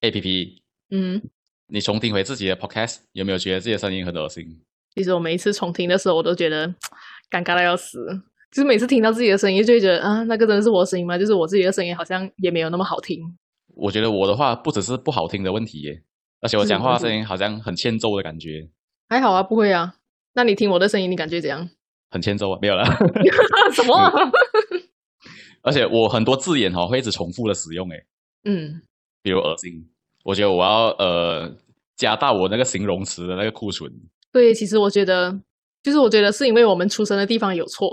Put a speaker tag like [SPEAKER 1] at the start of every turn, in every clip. [SPEAKER 1] APP，
[SPEAKER 2] 嗯，
[SPEAKER 1] 你重听回自己的 Podcast，有没有觉得自己的声音很恶心？
[SPEAKER 2] 其实我每一次重听的时候，我都觉得尴尬的要死。就是每次听到自己的声音，就会觉得啊，那个真的是我的声音吗？就是我自己的声音好像也没有那么好听。
[SPEAKER 1] 我觉得我的话不只是不好听的问题耶，而且我
[SPEAKER 2] 是
[SPEAKER 1] 讲话
[SPEAKER 2] 不是
[SPEAKER 1] 声音好像很欠揍的感觉，
[SPEAKER 2] 还好啊，不会啊。那你听我的声音，你感觉怎样？
[SPEAKER 1] 很欠揍啊，没有了。
[SPEAKER 2] 什么啊？
[SPEAKER 1] 而且我很多字眼哦会一直重复的使用诶，
[SPEAKER 2] 嗯，
[SPEAKER 1] 比如恶心，我觉得我要呃加大我那个形容词的那个库存。
[SPEAKER 2] 对，其实我觉得，就是我觉得是因为我们出生的地方有错。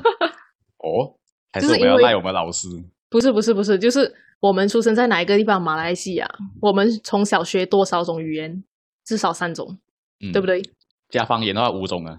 [SPEAKER 1] 哦，还
[SPEAKER 2] 就是是
[SPEAKER 1] 我们要
[SPEAKER 2] 因为
[SPEAKER 1] 赖我们老师？
[SPEAKER 2] 不是不是不是，就是我们出生在哪一个地方？马来西亚，我们从小学多少种语言？至少三种，
[SPEAKER 1] 嗯，
[SPEAKER 2] 对不？对？
[SPEAKER 1] 加方言的话五种啊，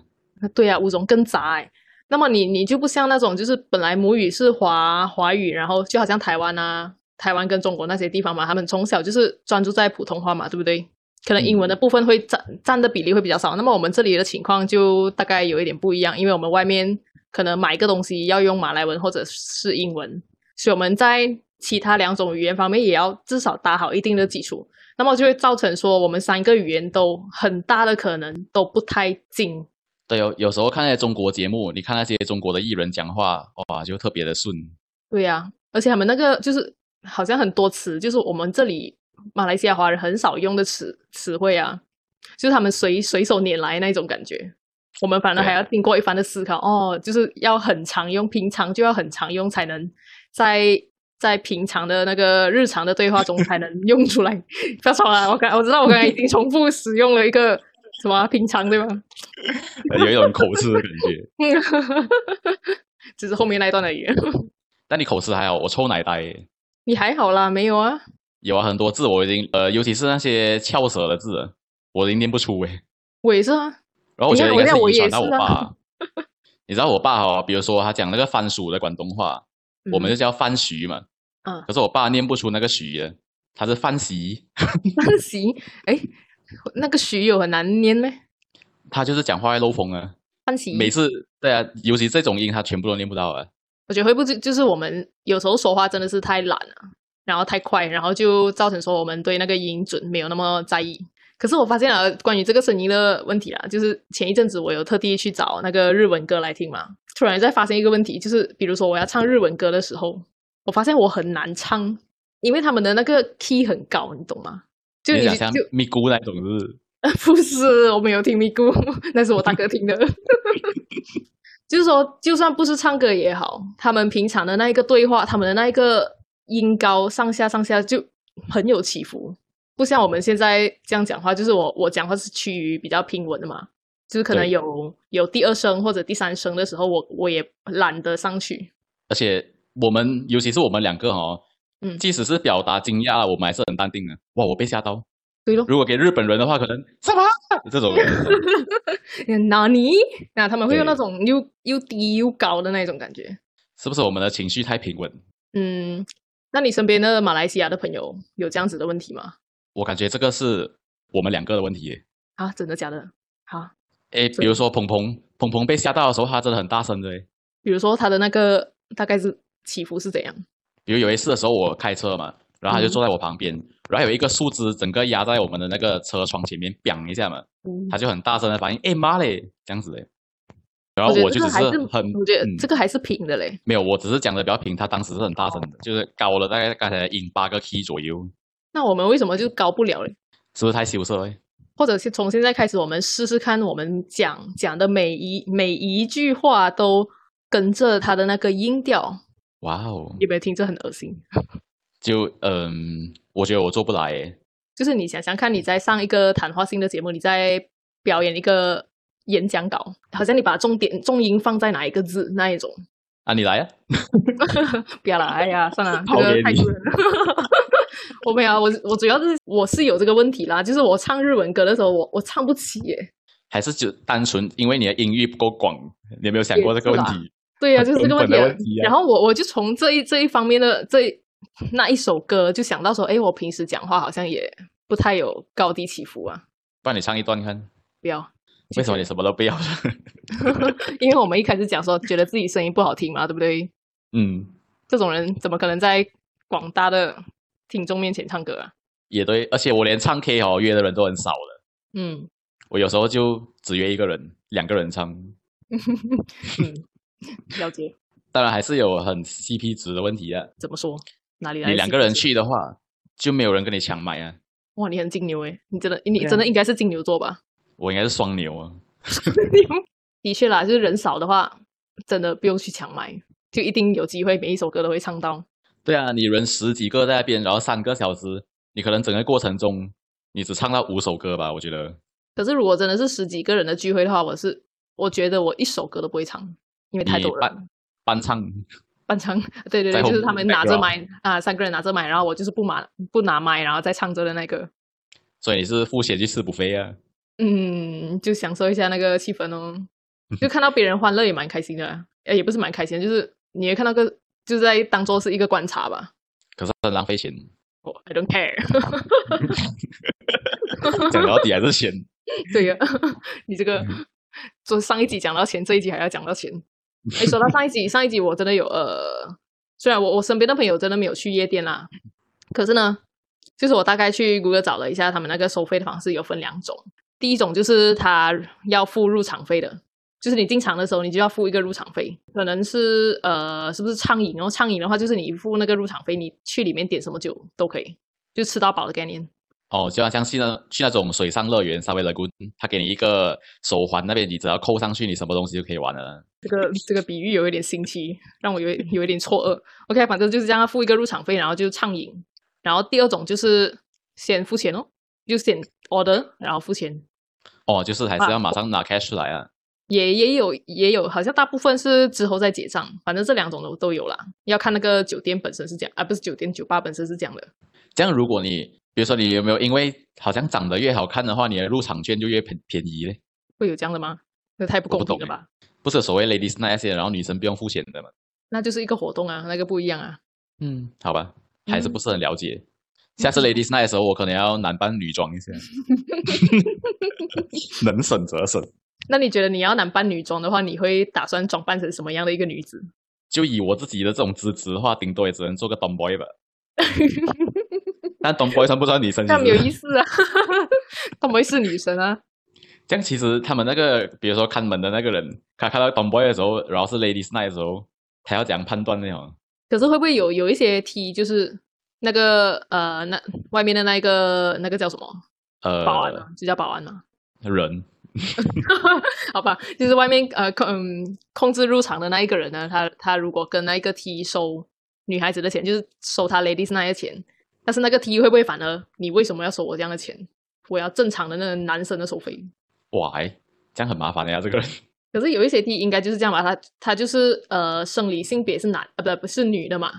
[SPEAKER 2] 对啊，五种更杂哎。那么你你就不像那种就是本来母语是华华语，然后就好像台湾啊，台湾跟中国那些地方嘛，他们从小就是专注在普通话嘛，对不对？可能英文的部分会占占的比例会比较少。那么我们这里的情况就大概有一点不一样，因为我们外面可能买一个东西要用马来文或者是英文，所以我们在其他两种语言方面也要至少打好一定的基础。那么就会造成说我们三个语言都很大的可能都不太精
[SPEAKER 1] 对，哦有有时候看那些中国节目，你看那些中国的艺人讲话，哇，就特别的顺。
[SPEAKER 2] 对呀、而且他们那个就是好像很多词，就是我们这里马来西亚华人很少用的词词汇啊，就是他们随随手拈来那种感觉。我们反而还
[SPEAKER 1] 对
[SPEAKER 2] 要经过一番的思考，哦，就是要很常用，平常就要很常用，才能在在平常的那个日常的对话中才能用出来。 不要吵了，我刚我知道我刚才已经重复使用了一个什么啊平常对吧？
[SPEAKER 1] 呃有一种口吃的感觉。
[SPEAKER 2] 嗯，只是后面那一段而已。
[SPEAKER 1] 但你口吃还好，我抽奶呆耶。
[SPEAKER 2] 你还好啦，没有啊？
[SPEAKER 1] 有啊，很多字我已经呃，尤其是那些翘舌的字，我已经念不出诶。
[SPEAKER 2] 我也是啊，
[SPEAKER 1] 然后我觉得
[SPEAKER 2] 你
[SPEAKER 1] 应
[SPEAKER 2] 看
[SPEAKER 1] 该是
[SPEAKER 2] 我
[SPEAKER 1] 遗
[SPEAKER 2] 也
[SPEAKER 1] 传到我
[SPEAKER 2] 是啊
[SPEAKER 1] 爸。你知道我爸哦，比如说他讲那个番薯的广东话，我们就叫番薯嘛。
[SPEAKER 2] 嗯
[SPEAKER 1] 可是我爸念不出那个薯的，他是番席，
[SPEAKER 2] 但是，哎，那个徐有很难念咩？
[SPEAKER 1] 他就是讲话会漏风啊。
[SPEAKER 2] 范喜，
[SPEAKER 1] 每次对啊，尤其这种音他全部都念不到啊。
[SPEAKER 2] 我觉得会不会就是我们有时候说话真的是太懒了，然后太快，然后就造成说我们对那个音准没有那么在意。可是我发现了关于这个声音的问题啊，就是前一阵子我有特地去找那个日文歌来听嘛，突然在发现一个问题，就是比如说我要唱日文歌的时候，我发现我很难唱，因为他们的那个 key 很高，你懂吗？就
[SPEAKER 1] 你
[SPEAKER 2] 你
[SPEAKER 1] 想
[SPEAKER 2] 就
[SPEAKER 1] 像
[SPEAKER 2] 就
[SPEAKER 1] 咪咕那种是，
[SPEAKER 2] 不是，我没有听咪咕， 那是我大哥 听的。就是说，就算不是唱歌也好，他们平常的那一个对话，他们的那一个音高上下上下就很有起伏，不像我们现在这样讲话，就是我我讲话是趋于比较平稳的嘛，就是可能
[SPEAKER 1] 对
[SPEAKER 2] 有有第二声或者第三声的时候，我我也懒得上去。
[SPEAKER 1] 而且我们尤其是我们两个哦，
[SPEAKER 2] 嗯
[SPEAKER 1] 即使是表达惊讶，我们还是很淡定的。哇，我被吓到。
[SPEAKER 2] 对咯，
[SPEAKER 1] 如果给日本人的话，可能什么 这种人，这种
[SPEAKER 2] 哪尼？那他们会用那
[SPEAKER 1] 对
[SPEAKER 2] 种又又低又高的那种感觉。
[SPEAKER 1] 是不是我们的情绪太平稳？
[SPEAKER 2] 嗯，那你身边的马来西亚的朋友有这样子的问题吗？
[SPEAKER 1] 我感觉这个是我们两个的问题耶。
[SPEAKER 2] 啊，真的假的？好，
[SPEAKER 1] 诶，比如说鹏鹏，鹏鹏被吓到的时候，他真的很大声的耶。
[SPEAKER 2] 比如说他的那个大概是起伏是怎样？
[SPEAKER 1] 比如有一次的时候，我开车嘛，然后他就
[SPEAKER 2] 嗯
[SPEAKER 1] 坐在我旁边，然后有一个树枝整个压在我们的那个车窗前面，砰一下嘛，
[SPEAKER 2] 嗯
[SPEAKER 1] 他就很大声的反应，诶妈嘞，这样子嘞。然后
[SPEAKER 2] 我觉
[SPEAKER 1] 我
[SPEAKER 2] 得
[SPEAKER 1] 就
[SPEAKER 2] 这
[SPEAKER 1] 只
[SPEAKER 2] 个还是
[SPEAKER 1] 很，
[SPEAKER 2] 我觉得
[SPEAKER 1] 嗯
[SPEAKER 2] 这个还是平的嘞。
[SPEAKER 1] 没有，我只是讲的比较平，他当时是很大声的，就是高了大概刚才的音八个 key 左右，
[SPEAKER 2] 那我们为什么就搞不了嘞？
[SPEAKER 1] 是不是太羞涩了耶？
[SPEAKER 2] 或者是从现在开始，我们试试看，我们讲讲的每一每一句话都跟着他的那个音调，
[SPEAKER 1] 哇哦，
[SPEAKER 2] 有没有听着很恶心？
[SPEAKER 1] 就嗯，我觉得我做不来耶。
[SPEAKER 2] 就是你想想看，你在上一个谈话性的节目，你在表演一个演讲稿，好像你把重点重音放在哪一个字那一种，
[SPEAKER 1] 啊，你来啊，
[SPEAKER 2] 不要了，哎呀，算了，这
[SPEAKER 1] 讨厌
[SPEAKER 2] 个
[SPEAKER 1] 你
[SPEAKER 2] 太多人了。 我没有啊，我我主要是我是有这个问题啦，就是我唱日文歌的时候，我我唱不起耶。
[SPEAKER 1] 还是就单纯因为你的音域不够广，你有没有想过这个
[SPEAKER 2] 也是
[SPEAKER 1] 问
[SPEAKER 2] 啦
[SPEAKER 1] 题？
[SPEAKER 2] 对呀、
[SPEAKER 1] 很
[SPEAKER 2] 就是这个问
[SPEAKER 1] 根
[SPEAKER 2] 题
[SPEAKER 1] 本的
[SPEAKER 2] 啊。
[SPEAKER 1] 问题啊
[SPEAKER 2] 然后我我就从这一这一方面的这一那一首歌就想到说，哎，我平时讲话好像也不太有高低起伏啊。
[SPEAKER 1] 不然你唱一段看，
[SPEAKER 2] 不要， 谢谢
[SPEAKER 1] 为什么你什么都不要？
[SPEAKER 2] 因为我们一开始讲说觉得自己声音不好听嘛，对不对？
[SPEAKER 1] 嗯，
[SPEAKER 2] 这种人怎么可能在广大的听众面前唱歌啊？
[SPEAKER 1] 也对，而且我连唱 K 哦约的人都很少了，
[SPEAKER 2] 嗯
[SPEAKER 1] 我有时候就只约一个人、两个人唱，
[SPEAKER 2] 嗯，了解。
[SPEAKER 1] 当然还是有很 CP 值的问题啊。
[SPEAKER 2] 怎么说？哪里来？
[SPEAKER 1] 你两个人？去的话，就没有人跟你抢麦啊。
[SPEAKER 2] 哇，你很金牛诶，你真的，你
[SPEAKER 1] 对啊
[SPEAKER 2] 真的应该是金牛座吧？
[SPEAKER 1] 我应该是双牛啊，
[SPEAKER 2] 的确啦，就是人少的话，真的不用去抢麦，就一定有机会，每一首歌都会唱到。
[SPEAKER 1] 对啊，你人十几个在那边，然后三个小时，你可能整个过程中你只唱到五首歌吧，我觉得。
[SPEAKER 2] 可是如果真的是十几个人的聚会的话，我是我觉得我一首歌都不会唱，因为太
[SPEAKER 1] 你
[SPEAKER 2] 多人
[SPEAKER 1] 伴
[SPEAKER 2] 了。
[SPEAKER 1] 伴唱，
[SPEAKER 2] 伴唱， 对对
[SPEAKER 1] 在
[SPEAKER 2] 对，
[SPEAKER 1] 后
[SPEAKER 2] 就是
[SPEAKER 1] 面
[SPEAKER 2] 他们拿着麦啊，三个人拿着麦，然后我就是不拿不拿麦，然后再唱着的那个，
[SPEAKER 1] 所以你是付钱去吃补飞啊？
[SPEAKER 2] 嗯，就享受一下那个气氛哦，就看到别人欢乐也蛮开心的啊，呃，也不是蛮开心的，就是你也看到个，就在当做是一个观察吧。
[SPEAKER 1] 可是很浪费钱，
[SPEAKER 2] 我、I don't care，
[SPEAKER 1] 讲到底还是钱。
[SPEAKER 2] 对呀， 你这个说上一集讲到钱，这一集还要讲到钱。哎，说到上一集，上一集我真的有呃，虽然我我身边的朋友真的没有去夜店啦，可是呢，就是我大概去谷歌找了一下，他们那个收费的方式有分两种，第一种就是他要付入场费的。就是你进场的时候，你就要付一个入场费，可能是呃，是不是畅饮？然后畅饮的话，就是你付那个入场费，你去里面点什么酒都可以，就吃到饱的概念。
[SPEAKER 1] 哦，就好像去那去那种水上乐园，稍微的 good，他给你一个手环，那边你只要扣上去，你什么东西就可以玩了。
[SPEAKER 2] 这个这个比喻有一点新奇，让我有一有一点错愕。OK，反正就是这样，付一个入场费，然后就畅饮。然后第二种就是先付钱哦，就先 order，然后付钱。
[SPEAKER 1] 哦，就是还是
[SPEAKER 2] 啊
[SPEAKER 1] 要马上拿 cash 出来啊。
[SPEAKER 2] 也也有也有，好像大部分是之后再结账，反正这两种都都有啦。要看那个酒店本身是这样，啊，不是酒店酒吧本身是这样的。
[SPEAKER 1] 这样，如果你比如说你有没有因为好像长得越好看的话，你的入场券就越便便宜嘞？
[SPEAKER 2] 会有这样的吗？那太不
[SPEAKER 1] 我
[SPEAKER 2] 公
[SPEAKER 1] 不
[SPEAKER 2] 平
[SPEAKER 1] 懂
[SPEAKER 2] 了
[SPEAKER 1] 欸
[SPEAKER 2] 吧？
[SPEAKER 1] 不是所谓 ladies night 那些，然后女生不用付钱的嘛？
[SPEAKER 2] 那就是一个活动啊，那个不一样啊。
[SPEAKER 1] 嗯，好吧，还是
[SPEAKER 2] 嗯
[SPEAKER 1] 不是很了解。下次 ladies night 的时候，我可能要男扮女装一 下，能省则省。
[SPEAKER 2] 那你觉得你要男扮女装的话，你会打算装扮成什么样的一个女子？
[SPEAKER 1] 嗯就以我自己的这种资质的话，顶多也只能做个 tomboy 吧。但 tomboy 算不算女生？
[SPEAKER 2] 那
[SPEAKER 1] 其
[SPEAKER 2] 没有
[SPEAKER 1] 实
[SPEAKER 2] 意思啊， 他们会是女生啊。
[SPEAKER 1] 这样其实他们那个，比如说看门的那个人，他看到 tomboy 的时候，然后是 ladies night 的时候，他要怎样判断那种？
[SPEAKER 2] 可是会不会有有一些 T 就是那个呃那外面的那一个那个叫什么
[SPEAKER 1] 呃，
[SPEAKER 2] 保安啊，就叫保安嘛，
[SPEAKER 1] 人
[SPEAKER 2] 好吧，就是外面呃控嗯控制入场的那一个人呢，他他如果跟那一个 T 收女孩子的钱，就是收他 ladies 那些钱，但是那个 T 会不会反而你为什么要收我这样的钱？我要正常的那个男生的收费。
[SPEAKER 1] 哇，哎，这样很麻烦的呀，这个人。
[SPEAKER 2] 可是有一些 T 应该就是这样吧，他他就是呃生理性别是男呃不不是女的嘛，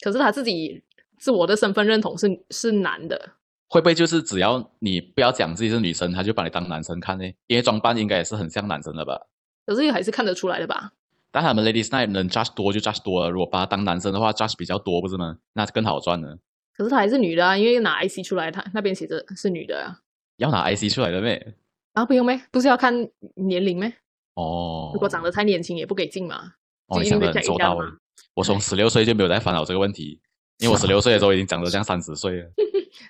[SPEAKER 2] 可是他自己自我的身份认同是是男的，
[SPEAKER 1] 会不会就是只要你不要讲自己是女生，他就把你当男生看呢？因为装扮应该也是很像男生的吧？
[SPEAKER 2] 可是还是看得出来的吧？
[SPEAKER 1] 但他们 ladies night 能 judge 多就 judge 多了，如果把他当男生的话，judge 比较多不是吗？那更好赚呢。
[SPEAKER 2] 可是她还是女的啊，因为拿 IC 出来，她那边写着是女的啊。
[SPEAKER 1] 要拿 IC 出来的咩？
[SPEAKER 2] 啊，不用咩？不是要看年龄咩？
[SPEAKER 1] 哦，
[SPEAKER 2] 如果长得太年轻也不给进嘛。
[SPEAKER 1] 哦，
[SPEAKER 2] 就
[SPEAKER 1] 你
[SPEAKER 2] 因
[SPEAKER 1] 想
[SPEAKER 2] 为
[SPEAKER 1] 的很
[SPEAKER 2] 这
[SPEAKER 1] 周
[SPEAKER 2] 一样哎
[SPEAKER 1] 到
[SPEAKER 2] 嘛
[SPEAKER 1] 诶。我从十六岁就没有在烦恼这个问题，因为我十六岁的时候已经长得像三十岁 了。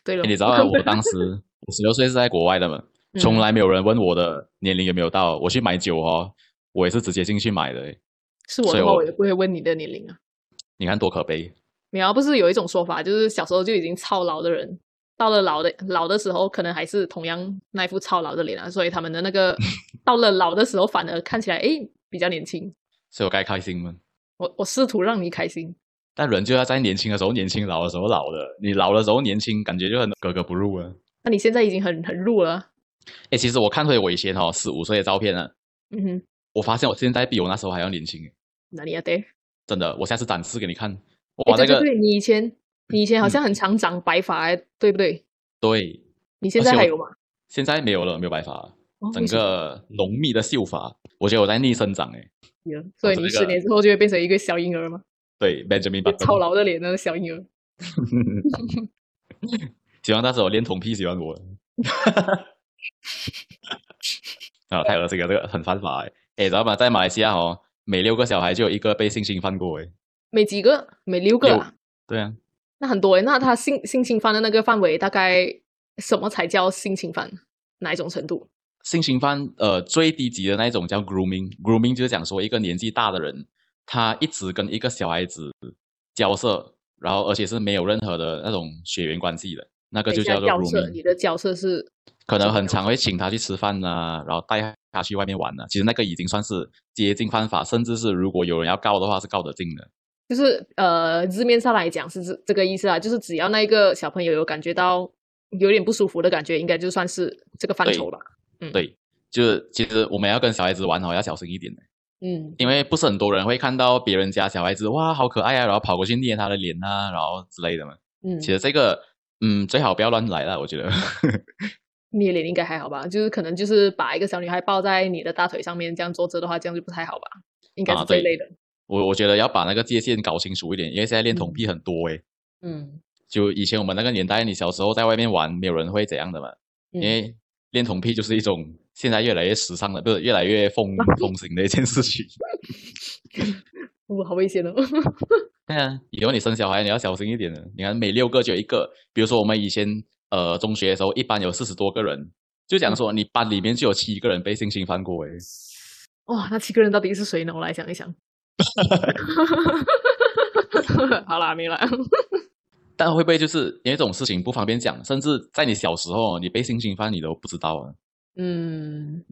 [SPEAKER 2] 对了，
[SPEAKER 1] 你知道啊我当时我十六岁是在国外的嘛，
[SPEAKER 2] 嗯
[SPEAKER 1] 从来没有人问我的年龄有没有到。我去买酒哦，我也是直接进去买的诶。
[SPEAKER 2] 是我
[SPEAKER 1] 所以
[SPEAKER 2] 的话，
[SPEAKER 1] 我
[SPEAKER 2] 我也不会问你的年龄啊。
[SPEAKER 1] 你看多可悲。
[SPEAKER 2] 没有啊，不是有一种说法，就是小时候就已经操劳的人，到了老的老的时候，可能还是同样那一副操劳的脸啊，所以他们的 那个到了老的时候，反而看起来诶比较年轻。
[SPEAKER 1] 所以我该开心吗？
[SPEAKER 2] 我我试图让你开心，
[SPEAKER 1] 但人就要在年轻的时候年轻，老的时候老的。你老的时候年轻，感觉就很格格不入啊。
[SPEAKER 2] 那你现在已经很很入了啊，
[SPEAKER 1] 哎、其实我看回我以前哦十五岁的照片呢，
[SPEAKER 2] 嗯哼，
[SPEAKER 1] 我发现我现在比我那时候还要年轻耶，
[SPEAKER 2] 那你也得。
[SPEAKER 1] 真的。我下次展示给你看，
[SPEAKER 2] 欸
[SPEAKER 1] 哇，那
[SPEAKER 2] 对
[SPEAKER 1] 个
[SPEAKER 2] 对对，你以前你以前好
[SPEAKER 1] 嗯
[SPEAKER 2] 像很常长白发、欸，对不对？
[SPEAKER 1] 对，
[SPEAKER 2] 你现
[SPEAKER 1] 而
[SPEAKER 2] 在
[SPEAKER 1] 且
[SPEAKER 2] 还
[SPEAKER 1] 我
[SPEAKER 2] 有吗？
[SPEAKER 1] 现在没有了，没有白发了，
[SPEAKER 2] 哦
[SPEAKER 1] 整
[SPEAKER 2] 为什么
[SPEAKER 1] 个浓密的秀发，我觉得我在逆生长哎。
[SPEAKER 2] 所
[SPEAKER 1] 我
[SPEAKER 2] 以
[SPEAKER 1] 整
[SPEAKER 2] 你
[SPEAKER 1] 个
[SPEAKER 2] 十年之后就会变成一个小婴儿吗？
[SPEAKER 1] 对，Benjamin
[SPEAKER 2] 就操
[SPEAKER 1] Button，
[SPEAKER 2] 劳的脸那个小婴儿。
[SPEAKER 1] 希望那时候恋童癖喜欢我。啊，太恶心了，这个很犯法哎。哎，知道吗？在马来西亚哦，每六个小孩就有一个被性侵犯过哎。
[SPEAKER 2] 每几个？每六个、
[SPEAKER 1] 六
[SPEAKER 2] 啊？
[SPEAKER 1] 对啊，
[SPEAKER 2] 那很多诶，那他性性侵犯的那个范围大概什么才叫性侵犯？哪一种程度？
[SPEAKER 1] 性侵犯，呃，最低级的那一种叫 grooming。grooming 就是讲说一个年纪大的人，他一直跟一个小孩子交涉，然后而且是没有任何的那种血缘关系的，那个
[SPEAKER 2] 等
[SPEAKER 1] 就
[SPEAKER 2] 一下
[SPEAKER 1] 叫做
[SPEAKER 2] 角色，你
[SPEAKER 1] grooming。
[SPEAKER 2] 的角色是
[SPEAKER 1] 可能
[SPEAKER 2] 怎么
[SPEAKER 1] 很
[SPEAKER 2] 样
[SPEAKER 1] 常会请他去吃饭呐、然后带他去外面玩呐、啊其实那个已经算是接近犯法，甚至是如果有人要告的话，是告得进的。
[SPEAKER 2] 就是呃，字面上来讲是这这个意思啊，就是只要那一个小朋友有感觉到有点不舒服的感觉，应该就算是这个范
[SPEAKER 1] 对
[SPEAKER 2] 畴吧。
[SPEAKER 1] 对，就是其实我们要跟小孩子玩哦，要小心一点的，
[SPEAKER 2] 嗯，
[SPEAKER 1] 因为不是很多人会看到别人家小孩子哇好可爱啊，然后跑过去捏他的脸呐、然后之类的嘛。
[SPEAKER 2] 嗯，
[SPEAKER 1] 其实这个，嗯，最好不要乱来啦，我觉得。
[SPEAKER 2] 捏脸应该还好吧？就是可能就是把一个小女孩抱在你的大腿上面这样坐着的话，这样就不太好吧？应该
[SPEAKER 1] 啊
[SPEAKER 2] 是这一
[SPEAKER 1] 对
[SPEAKER 2] 类的。
[SPEAKER 1] 我我觉得要把那个界限搞清楚一点，因为现在恋童癖很多诶、
[SPEAKER 2] 嗯，
[SPEAKER 1] 就以前我们那个年代，你小时候在外面玩，没有人会怎样的嘛，
[SPEAKER 2] 因
[SPEAKER 1] 因为恋童癖就是一种现在越来越时尚的，不是越来越 风风行的一件事情。
[SPEAKER 2] 我好危险哦。
[SPEAKER 1] 对啊，以后你生小孩你要小心一点的。你看每六个就有一个，比如说我们以前呃中学的时候，一班有四十多个人，就讲说你班里面就有七个人被性侵犯过诶、
[SPEAKER 2] 哇，那七个人到底是谁呢？我来想一想。 好啦，没了。
[SPEAKER 1] 但会不会就是因为这种事情不方便讲，甚至在你小时候你被性侵犯你都不知道啊？
[SPEAKER 2] 嗯，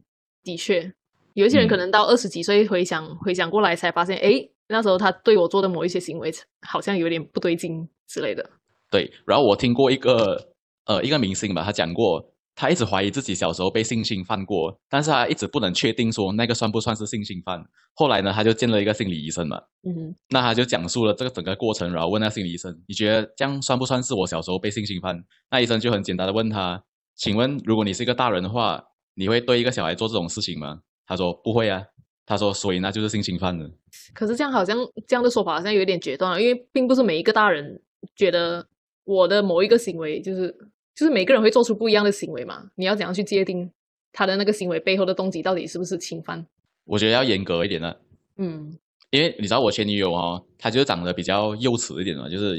[SPEAKER 2] 的确，有一些人可
[SPEAKER 1] 嗯
[SPEAKER 2] 能到二十几岁回想、回想过来，才发现，诶，那时候他对我做的某一些行为好像有点不对劲之类的。
[SPEAKER 1] 对，然后我听过一个呃一个明星吧，他讲过，他一直怀疑自己小时候被性侵犯过，但是他一直不能确定说那个算不算是性侵犯。后来呢，他就见了一个心理医生嘛，
[SPEAKER 2] 嗯，
[SPEAKER 1] 那他就讲述了这个整个过程，然后问那心理医生，你觉得这样算不算是我小时候被性侵犯？那医生就很简单的问他，请问如果你是一个大人的话，你会对一个小孩做这种事情吗？他说不会啊。他说：“所以那就是性侵犯了。”
[SPEAKER 2] 可是这样好像这样的说法好像有点决断了，因为并不是每一个大人觉得我的某一个行为就是就是每个人会做出不一样的行为嘛，你要怎样去界定他的那个行为背后的动机到底是不是侵犯？
[SPEAKER 1] 我觉得要严格一点啊呢，
[SPEAKER 2] 嗯
[SPEAKER 1] 因为你知道我前女友哦，她就长得比较幼齿一点嘛，就是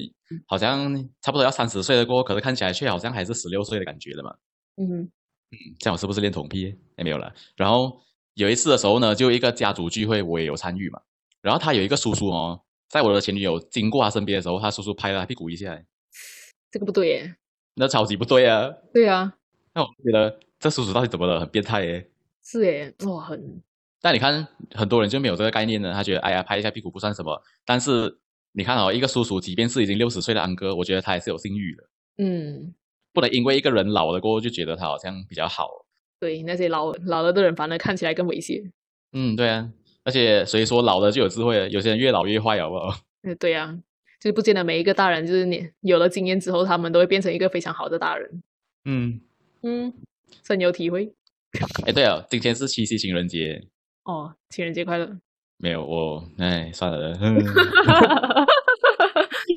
[SPEAKER 1] 好像差不多要三十岁了过后，可是看起来却好像还是十六岁的感觉了嘛。
[SPEAKER 2] 嗯
[SPEAKER 1] 这样我是不是恋童癖？哎，没有了。然后有一次的时候呢，就一个家族聚会，我也有参与嘛。然后他有一个叔叔哦，在我的前女友经过他身边的时候，他叔叔拍了他屁股一下，
[SPEAKER 2] 这个不对耶。
[SPEAKER 1] 那超级不对啊！
[SPEAKER 2] 对啊，
[SPEAKER 1] 那我就觉得这叔叔到底怎么了？很变态耶。
[SPEAKER 2] 是耶，哇，很
[SPEAKER 1] 但你看，很多人就没有这个概念呢，他觉得哎呀，拍一下屁股不算什么。但是你看哦，一个叔叔，即便是已经六十岁的安哥，我觉得他还是有性欲的，
[SPEAKER 2] 嗯，
[SPEAKER 1] 不能因为一个人老了过后就觉得他好像比较好。
[SPEAKER 2] 对，那些老老了的人反而看起来更猥亵。
[SPEAKER 1] 嗯，对啊。而且谁说老了就有智慧了？有些人越老越坏，好不好？
[SPEAKER 2] 呃，对啊，就是不见得每一个大人就是你有了经验之后，他们都会变成一个非常好的大人。
[SPEAKER 1] 嗯，
[SPEAKER 2] 嗯，深有体会。
[SPEAKER 1] 哎，对了，今天是七夕情人节，
[SPEAKER 2] 哦，情人节快乐！
[SPEAKER 1] 没有我，哎，算了。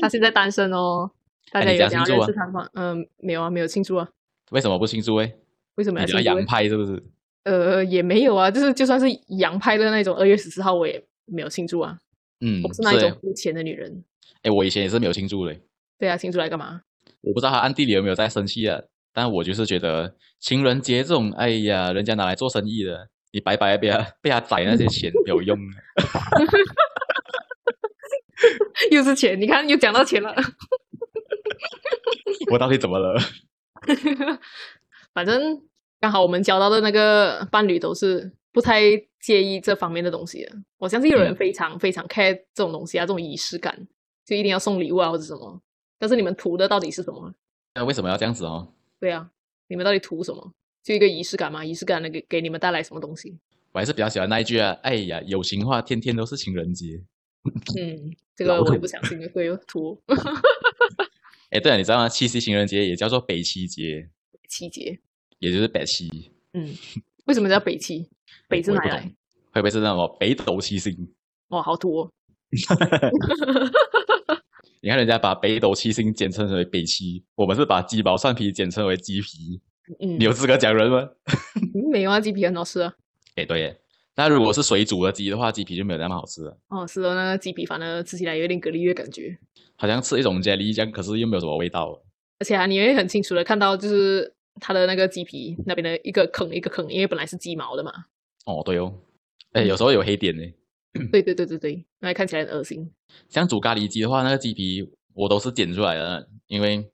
[SPEAKER 2] 他现在单身哦，大
[SPEAKER 1] 哎
[SPEAKER 2] 家
[SPEAKER 1] 你
[SPEAKER 2] 有
[SPEAKER 1] 讲
[SPEAKER 2] 想要
[SPEAKER 1] 庆祝
[SPEAKER 2] 认
[SPEAKER 1] 啊
[SPEAKER 2] 识他吗？嗯、没有啊，没有庆祝啊。
[SPEAKER 1] 为什么不庆祝？哎，
[SPEAKER 2] 为什么
[SPEAKER 1] 你
[SPEAKER 2] 要
[SPEAKER 1] 比较
[SPEAKER 2] 庆祝欸
[SPEAKER 1] 洋
[SPEAKER 2] 嘞？
[SPEAKER 1] 派是不是？
[SPEAKER 2] 呃，也没有啊，就是就算是洋派的那种，二月十四号我也没有庆祝啊。
[SPEAKER 1] 嗯
[SPEAKER 2] 我不是那一种
[SPEAKER 1] 哎
[SPEAKER 2] 肤浅的女人。，
[SPEAKER 1] 诶我以前也是没有庆祝的，
[SPEAKER 2] 对啊，庆祝来干嘛？
[SPEAKER 1] 我不知道他暗地里有没有在生气啊。但我就是觉得情人节这种，哎呀，人家拿来做生意的，你白白被他被他宰那些钱没有用。啊
[SPEAKER 2] 又是钱，你看又讲到钱了。
[SPEAKER 1] 我到底怎么了？
[SPEAKER 2] 反正刚好我们交到的那个伴侣都是不太介意这方面的东西的。我相信有人
[SPEAKER 1] 嗯
[SPEAKER 2] 非常非常 care 这种东西啊，这种仪式感，就一定要送礼物啊或者什么。但是你们图的到底是什么？
[SPEAKER 1] 那为什么要这样子哦？
[SPEAKER 2] 对啊，你们到底图什么？就一个仪式感嘛，仪式感能给给你们带来什么东西？
[SPEAKER 1] 我还是比较喜欢那一句啊，哎呀，友情话天天都是情人节。
[SPEAKER 2] 嗯，这个
[SPEAKER 1] 老
[SPEAKER 2] 我也
[SPEAKER 1] 土
[SPEAKER 2] 不相信，对，图
[SPEAKER 1] 哎，对了，你知道吗？七夕情人节也叫做北七节，
[SPEAKER 2] 七节，
[SPEAKER 1] 也就是北七，
[SPEAKER 2] 嗯，为什么叫北七？北是
[SPEAKER 1] 我
[SPEAKER 2] 哪
[SPEAKER 1] 也不
[SPEAKER 2] 里
[SPEAKER 1] 懂
[SPEAKER 2] 来？
[SPEAKER 1] 会不会是那种北斗七星？
[SPEAKER 2] 哇，好土哦！
[SPEAKER 1] 你看人家把北斗七星简称为北七，我们是把鸡毛蒜皮简称为鸡皮，
[SPEAKER 2] 嗯
[SPEAKER 1] 你，有资格讲人吗？
[SPEAKER 2] 没有啊，鸡皮很好吃啊。
[SPEAKER 1] 哎，对耶，但如果是水煮的鸡的话，鸡皮就没有那么好吃了，
[SPEAKER 2] 哦，是的，那个鸡皮反而吃起来有点蛤蜊的感觉，
[SPEAKER 1] 好像吃一种 jelly 这样，可是又没有什么味道。
[SPEAKER 2] 而且啊，你会很清楚的看到就是它的那个鸡皮那边的一个坑一个坑，因为本来是鸡毛的嘛。
[SPEAKER 1] 哦，对哦，哎，有时候有黑点呢。嗯
[SPEAKER 2] 对对对对对，那看起来很恶心。
[SPEAKER 1] 像煮咖喱鸡的话，那个鸡皮我都是剪出来的，因为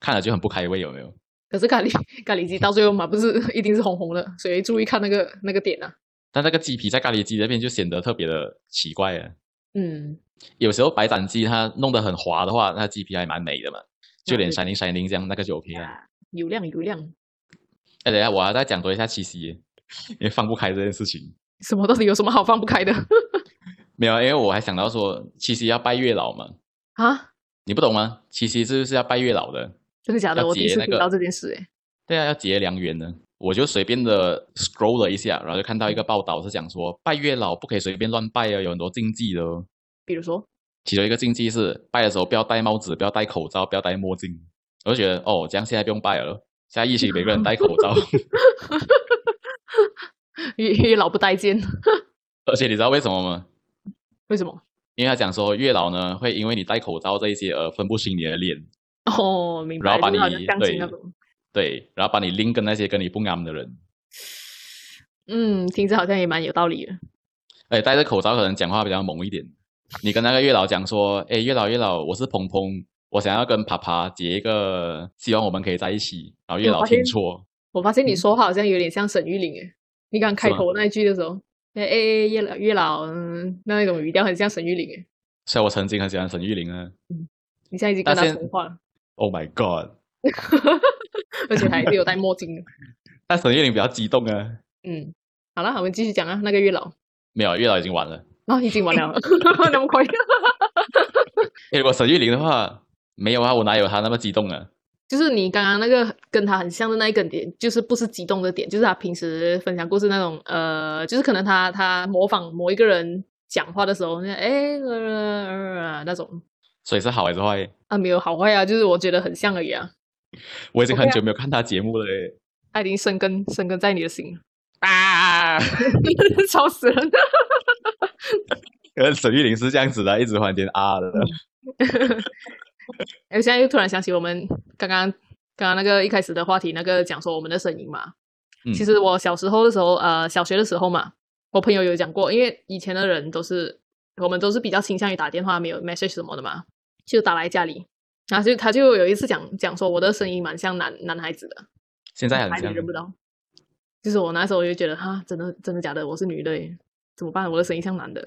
[SPEAKER 1] 看了就很不开胃，有没有？
[SPEAKER 2] 可是咖喱 咖喱鸡到最后嘛，不是 一定是红红的，所以注意看那个那个点啊。
[SPEAKER 1] 但那个鸡皮在咖喱鸡那边就显得特别的奇怪了。
[SPEAKER 2] 嗯，
[SPEAKER 1] 有时候白斩鸡它弄得很滑的话，那鸡皮还蛮美的嘛，就
[SPEAKER 2] 那
[SPEAKER 1] 连
[SPEAKER 2] 对
[SPEAKER 1] shining shining 这样，那个就 OK 了。
[SPEAKER 2] 油亮油亮，
[SPEAKER 1] 哎，等一下我要再讲多一下七夕，因为放不开这件事情。
[SPEAKER 2] 什么到底有什么好放不开的
[SPEAKER 1] 没有啊，因为我还想到说七夕要拜月老嘛，
[SPEAKER 2] 啊？
[SPEAKER 1] 你不懂吗？七夕就是要拜月老的。
[SPEAKER 2] 真的假的？
[SPEAKER 1] 要
[SPEAKER 2] 我第一
[SPEAKER 1] 结
[SPEAKER 2] 次
[SPEAKER 1] 那
[SPEAKER 2] 听
[SPEAKER 1] 个
[SPEAKER 2] 到这件事、欸，
[SPEAKER 1] 对啊，要结良缘呢。我就随便的 scroll 了一下，然后就看到一个报道是讲说，拜月老不可以随便乱拜哦，有很多禁忌的哦。
[SPEAKER 2] 比如说，
[SPEAKER 1] 其中一个禁忌是拜的时候不要戴帽子，不要戴口罩，不要戴墨镜。我就觉得哦，这样现在不用拜了，现在疫情每个人戴口罩。
[SPEAKER 2] 月月老不待见，
[SPEAKER 1] 而且你知道为什么吗？
[SPEAKER 2] 为什么？
[SPEAKER 1] 因为他讲说月老呢会因为你戴口罩这一些而分不清你的脸，
[SPEAKER 2] 哦，明
[SPEAKER 1] 然
[SPEAKER 2] 白，
[SPEAKER 1] 后把
[SPEAKER 2] 就是好
[SPEAKER 1] 你
[SPEAKER 2] 像相亲那
[SPEAKER 1] 对
[SPEAKER 2] 种。
[SPEAKER 1] 对，然后把你 link 跟那些跟你不啱的人。
[SPEAKER 2] 嗯，听着好像也蛮有道理的。
[SPEAKER 1] 哎，戴着口罩可能讲话比较猛一点。你跟那个月老讲说，哎，月老月老，我是鹏鹏，我想要跟爬爬结一个，希望我们可以在一起。然后月
[SPEAKER 2] 我
[SPEAKER 1] 老
[SPEAKER 2] 发
[SPEAKER 1] 听
[SPEAKER 2] 现
[SPEAKER 1] 错，
[SPEAKER 2] 我发现你
[SPEAKER 1] 嗯
[SPEAKER 2] 说话好像有点像沈玉玲诶，你刚开
[SPEAKER 1] 吗
[SPEAKER 2] 头那一句的时候，哎哎哎，月老月老，嗯，那一种语调很像沈玉玲诶。
[SPEAKER 1] 虽然我曾经很喜欢沈玉琳啊。
[SPEAKER 2] 你现在已经
[SPEAKER 1] 但
[SPEAKER 2] 跟他
[SPEAKER 1] 现
[SPEAKER 2] 同化了，
[SPEAKER 1] Oh my god！
[SPEAKER 2] 而且还是有戴墨镜的。
[SPEAKER 1] 但沈玉琳比较激动啊。
[SPEAKER 2] 嗯，好了，我们继续讲啊，那个月老。
[SPEAKER 1] 没有，月老已经完了。
[SPEAKER 2] 啊，已经完了， 那么快？
[SPEAKER 1] 哎，如果沈玉琳的话，没有啊，我哪有她那么激动啊？
[SPEAKER 2] 就是你刚刚那个跟他很像的那一个点，就是不是激动的点，就是他平时分享故事那种，呃，就是可能他他模仿某一个人讲话的时候，那哎、呃呃那种
[SPEAKER 1] 所以是好还是坏？
[SPEAKER 2] 啊，没有好坏啊，就是我觉得很像而已啊，
[SPEAKER 1] 我已经
[SPEAKER 2] OK
[SPEAKER 1] 很
[SPEAKER 2] 啊
[SPEAKER 1] 久没有看她节目了欸诶。
[SPEAKER 2] 他已经生根生根在你的心了 啊，吵死人了！
[SPEAKER 1] 呃，沈玉琳是这样子的，一直还点啊的。
[SPEAKER 2] 哎，我现在又突然想起我们刚刚刚刚那个一开始的话题，那个讲说我们的声音嘛。
[SPEAKER 1] 嗯
[SPEAKER 2] 其实我小时候的时候，呃，小学的时候嘛，我朋友有讲过，因为以前的人都是我们都是比较倾向于打电话，没有 message 什么的嘛，就打来家里。然后就他就有一次讲讲说我的声音蛮像男男孩子的，
[SPEAKER 1] 现在很
[SPEAKER 2] 哪
[SPEAKER 1] 像
[SPEAKER 2] 里认不到。就是我那时候我就觉得哈，真的真的假的，我是女的耶，怎么办？我的声音像男的，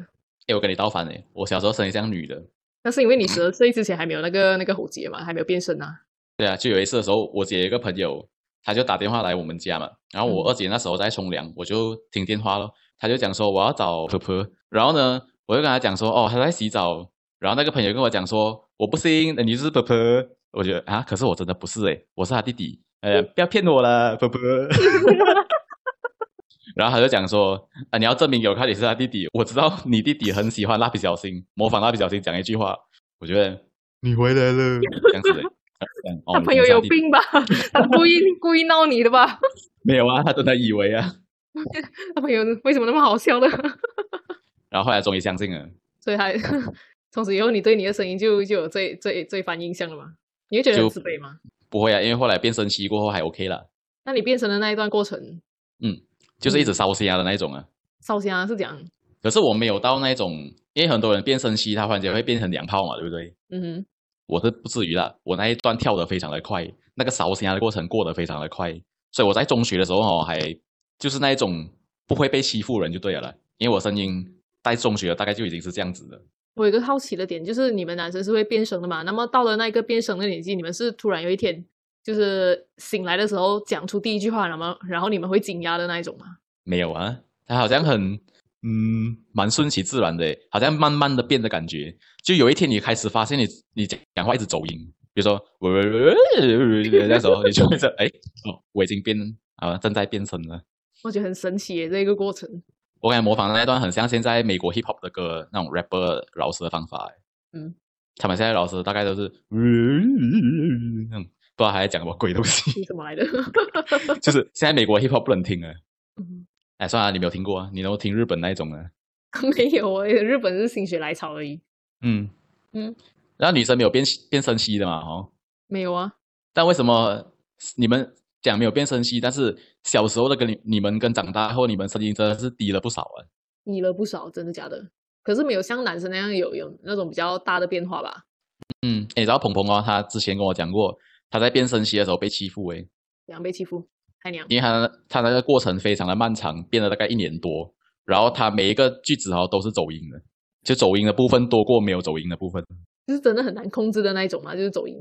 [SPEAKER 1] 哎，我跟你倒反哎，我小时候生一像女的。
[SPEAKER 2] 那是因为你十二岁之前还没有那个那个喉结嘛，还没有变声啊。
[SPEAKER 1] 对啊，就有一次的时候，我姐有一个朋友，她就打电话来我们家嘛，然后我二姐那时候在冲凉，我就听电话咯，她就讲说我要找婆婆，然后呢，我就跟她讲说哦，她在洗澡，然后那个朋友跟我讲说我不信，你就是婆婆，我觉得啊，可是我真的不是诶，我是她弟弟，呃，不要骗我了，婆 婆。然后她就讲说啊，你要证明给我看你是她弟弟，我知道你弟弟很喜欢蜡笔小新，模仿蜡笔小新讲一句话，我觉得你回来了，这样子的。 这样哦
[SPEAKER 2] 他
[SPEAKER 1] 你
[SPEAKER 2] 朋
[SPEAKER 1] 是
[SPEAKER 2] 友
[SPEAKER 1] 她
[SPEAKER 2] 有
[SPEAKER 1] 弟弟
[SPEAKER 2] 病吧？他故意故意闹你的吧？
[SPEAKER 1] 没有啊，他真的以为啊，
[SPEAKER 2] 他朋友为什么那么好笑呢？
[SPEAKER 1] 然后后来终于相信了，
[SPEAKER 2] 所以他 从此以后，你对你的声音就就有最最最反印象了嘛？你会觉得很
[SPEAKER 1] 就
[SPEAKER 2] 自卑吗？
[SPEAKER 1] 不会啊，因为后来变声期过后还 OK 了，
[SPEAKER 2] 那你变声的那一段过程，
[SPEAKER 1] 就是一
[SPEAKER 2] 嗯
[SPEAKER 1] 直烧瞎的那一种啊。
[SPEAKER 2] 烧香是讲，
[SPEAKER 1] 可是我没有到那种，因为很多人变声期，他忽然间会变成娘炮嘛，对不对？
[SPEAKER 2] 嗯哼，
[SPEAKER 1] 我是不至于啦，我那一段跳得非常的快，那个烧瞎的过程过得非常的快，所以我在中学的时候哦，还就是那一种不会被欺负人就对了啦，因为我声音在中学大概就已经是这样子的。
[SPEAKER 2] 我有一个好奇的点，就是你们男生是会变声的嘛？那么到了那个变声的年纪，你们是突然有一天就是醒来的时候讲出第一句话，然后然后你们会惊讶的那一种吗？
[SPEAKER 1] 没有啊，他好像很嗯，蛮顺其自然的耶，好像慢慢的变的感觉。就有一天你开始发现你你讲讲话一直走音，比如说那时候你就会说，哎，哦，我已经变啊、正在变声了。
[SPEAKER 2] 我觉得很神奇耶，这个过程。
[SPEAKER 1] 我感觉模仿的那一段很像现在美国 hip hop 的歌那种 rapper 饶舌的方法耶。欸
[SPEAKER 2] 嗯，
[SPEAKER 1] 他们现在饶舌大概都是那种，不知 道还在讲什么鬼东西，
[SPEAKER 2] 是什么来的？
[SPEAKER 1] 就是现在美国 hip hop 不能听了。啊
[SPEAKER 2] 嗯，
[SPEAKER 1] 哎，算了，你没有听过啊？你能够听日本那一种啊的？
[SPEAKER 2] 没有啊，日本是心血来潮而已。
[SPEAKER 1] 嗯
[SPEAKER 2] 嗯，
[SPEAKER 1] 然后女生没有变变声息的嘛？哦，
[SPEAKER 2] 没有啊，
[SPEAKER 1] 但为什么你们讲没有变声息，但是小时候的跟你你们跟长大后你们声音真的是低了不少啊？
[SPEAKER 2] 你了不少，真的假的？可是没有像男生那样有有那种比较大的变化吧？
[SPEAKER 1] 嗯，哎，然后鹏鹏哦，他之前跟我讲过，他在变声期的时候被欺负欸诶，
[SPEAKER 2] 两被欺负，太娘。
[SPEAKER 1] 因为他他那个过程非常的漫长，变了大概一年多，然后他每一个句子哦都是走音的，就走音的部分多过没有走音的部分，
[SPEAKER 2] 就是真的很难控制的那一种嘛，就是走音，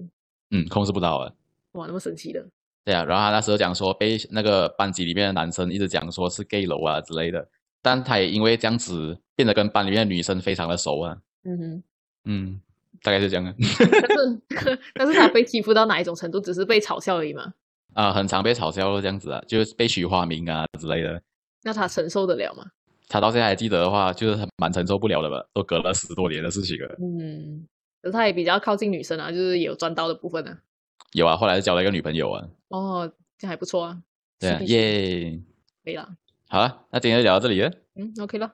[SPEAKER 1] 嗯，控制不到啊。
[SPEAKER 2] 哇，那么神奇的，
[SPEAKER 1] 对啊，然后他那时候讲说被那个班级里面的男生一直讲说是 gay 楼啊之类的，但他也因为这样子变得跟班里面的女生非常的熟啊，
[SPEAKER 2] 嗯哼。
[SPEAKER 1] 嗯，大概是这样的
[SPEAKER 2] 但是 但是他被欺负到哪一种程度，只是被嘲笑而已嘛？
[SPEAKER 1] 啊、很常被嘲笑这样子啊，就是被取花名啊之类的。
[SPEAKER 2] 那他承受得了吗？
[SPEAKER 1] 他到现在还记得的话，就是很蛮承受不了的吧，都隔了十多年的事情了。
[SPEAKER 2] 嗯，可是他也比较靠近女生啊，就是有赚到的部分啊。
[SPEAKER 1] 有啊，后来交了一个女朋友啊，
[SPEAKER 2] 哦，这样还不错啊，
[SPEAKER 1] 对啊，
[SPEAKER 2] 是必须
[SPEAKER 1] 耶、
[SPEAKER 2] 可以啦，
[SPEAKER 1] 啊好了，那今天就聊到这里了。
[SPEAKER 2] 嗯，OK 了。